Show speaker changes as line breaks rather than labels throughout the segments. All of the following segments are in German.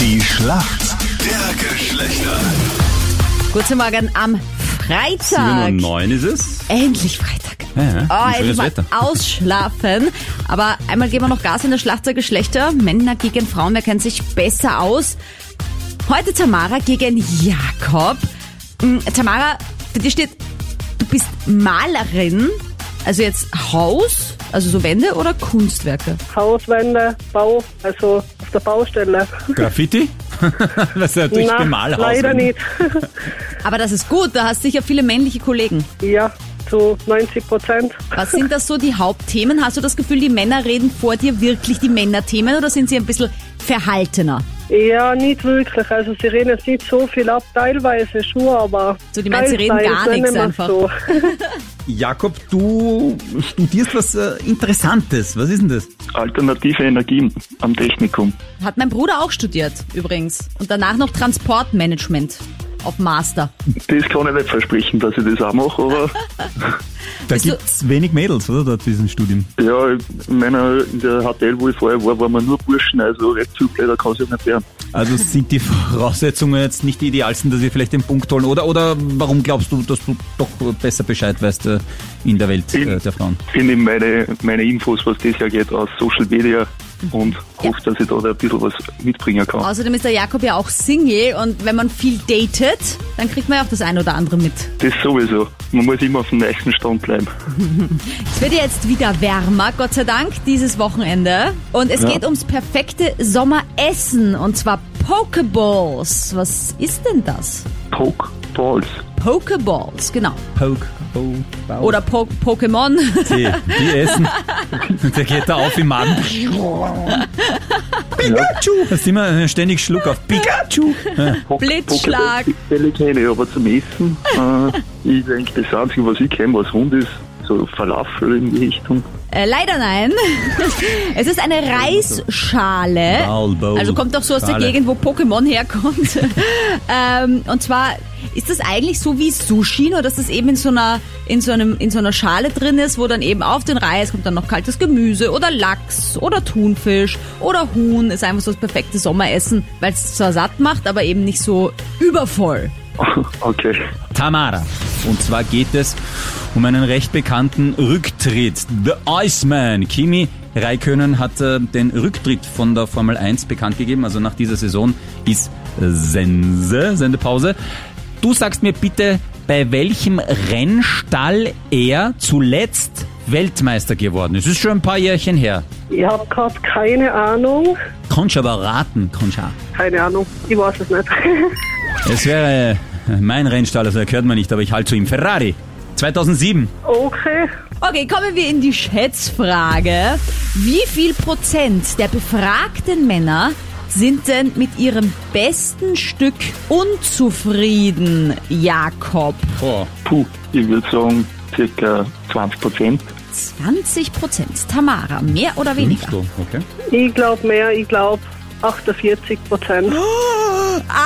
Die Schlacht der Geschlechter.
Guten Morgen am
7
Freitag.
und 9 ist es.
Endlich Freitag.
Ja,
Oh,
ein
endlich
schönes
mal
Wetter.
ausschlafen. Aber einmal geben wir noch Gas in der Schlacht der Geschlechter. Männer gegen Frauen, wer kennt sich besser aus? Heute Tamara gegen Jakob. Hm, Tamara, für dich steht, du bist Malerin, also jetzt Haus, also so Wände oder Kunstwerke?
Hauswände, Bau, also auf der Baustelle.
Graffiti? das ist natürlich
Na,
Bemalhaus.
leider nicht.
Aber das ist gut, da hast sicher viele männliche Kollegen.
ja, zu 90 Prozent.
Was sind das so die Hauptthemen? Hast du das Gefühl, die Männer reden vor dir wirklich die Männerthemen oder sind sie ein bisschen verhaltener?
Ja, nicht wirklich. Also sie reden jetzt nicht so viel ab, teilweise schon, aber...
So, die meisten reden gar
teilweise
nichts
nicht mehr
einfach.
So.
Jakob, du studierst was äh, Interessantes. Was ist denn das?
Alternative Energien am Technikum.
Hat mein Bruder auch studiert übrigens. Und danach noch Transportmanagement auf Master.
Das kann ich nicht versprechen, dass ich das auch mache, aber
Da
Bist du-
gibt's wenig Mädels, oder, dort für diesen Studium.
ja, in, meiner, in der HTL, wo ich vorher war, waren wir nur Burschen, also recht zugleich, da kann es ja nicht werden.
Also sind die Voraussetzungen jetzt nicht die idealsten, dass wir vielleicht den Punkt holen? Oder, oder warum glaubst du, dass du doch besser Bescheid weißt äh, in der Welt äh, der Frauen?
Ich nehme meine, meine Infos, was das ja geht, aus Social Media und hoffe, dass ich da ein bisschen was mitbringen kann.
Außerdem ist der Jakob ja auch Single und wenn man viel datet, dann kriegt man ja auch das ein oder andere mit.
Das sowieso. Man muss immer auf dem nächsten Stand bleiben.
Es wird ja jetzt wieder wärmer, Gott sei Dank, dieses Wochenende. Und es
Ja.
geht ums perfekte Sommeressen und zwar Pokeballs. Was ist denn das?
Poke Balls.
Pokeballs, genau.
Poke, Bo, Bau.
Oder po Pokémon.
die, die essen. der geht da auf im Magen. Pikachu! Da sind wir ständig Schluck auf Pikachu.
Po-
Blitzschlag.
Poke Balls, die kenne ich, aber zum Essen, äh, ich denke, das Einzige, was ich kenne, was rund ist, so Falafel in die Richtung.
Äh, leider nein. es ist eine Reisschale.
Bowl, Bowl.
Also kommt doch so aus der
Schale.
Gegend, wo Pokémon herkommt. ähm, und zwar ist das eigentlich so wie Sushi, nur dass das eben in so einer in so einem in so einer Schale drin ist, wo dann eben auf den Reis kommt dann noch kaltes Gemüse oder Lachs oder Thunfisch oder Huhn. Ist einfach so das perfekte Sommeressen, weil es zwar satt macht, aber eben nicht so übervoll.
Okay.
Tamara. Und zwar geht es um einen recht bekannten Rücktritt. The Iceman. Kimi Räikkönen hat äh, den Rücktritt von der Formel 1 bekannt gegeben. Also nach dieser Saison ist Sense, Sendepause. Du sagst mir bitte, bei welchem Rennstall er zuletzt Weltmeister geworden ist. Ist schon ein paar Jährchen her.
Ich habe gerade keine Ahnung.
Konntest aber raten, konntest auch.
Keine Ahnung. Ich weiß es nicht.
Es wäre äh, mein Rennstall, also gehört man nicht, aber ich halte zu ihm. Ferrari. 2007.
okay.
Okay, kommen wir in die Schätzfrage. Wie viel Prozent der befragten Männer sind denn mit ihrem besten Stück unzufrieden, Jakob?
Boah.
Puh, ich würde sagen, circa 20 Prozent.
20 Prozent. Tamara, mehr oder weniger?
okay.
Ich glaube mehr, ich glaube 48 Prozent.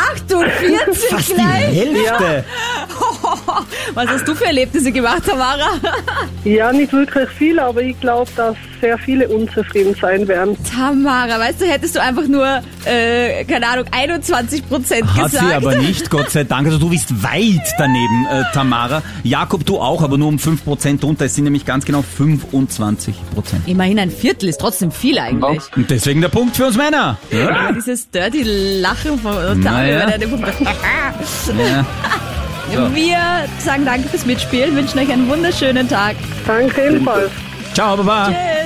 48 gleich?
Hälfte.
Was hast du für Erlebnisse gemacht, Tamara?
Ja, nicht wirklich viel, aber ich glaube, dass sehr viele unzufrieden sein werden.
Tamara, weißt du, hättest du einfach nur, äh, keine Ahnung, 21 Prozent
Hat
gesagt.
sie aber nicht, Gott sei Dank. Also du bist weit daneben, äh, Tamara. Jakob, du auch, aber nur um 5% drunter. Es sind nämlich ganz genau 25%.
Immerhin ein Viertel ist trotzdem viel eigentlich.
Und deswegen der Punkt für uns Männer. Ja.
Ah, Dieses dirty Lachen von Tamara.
Naja.
über deine Puppe.
Ja. So.
Wir sagen danke fürs Mitspielen, wünschen euch einen wunderschönen Tag.
Danke jedenfalls.
Ciao, Baba.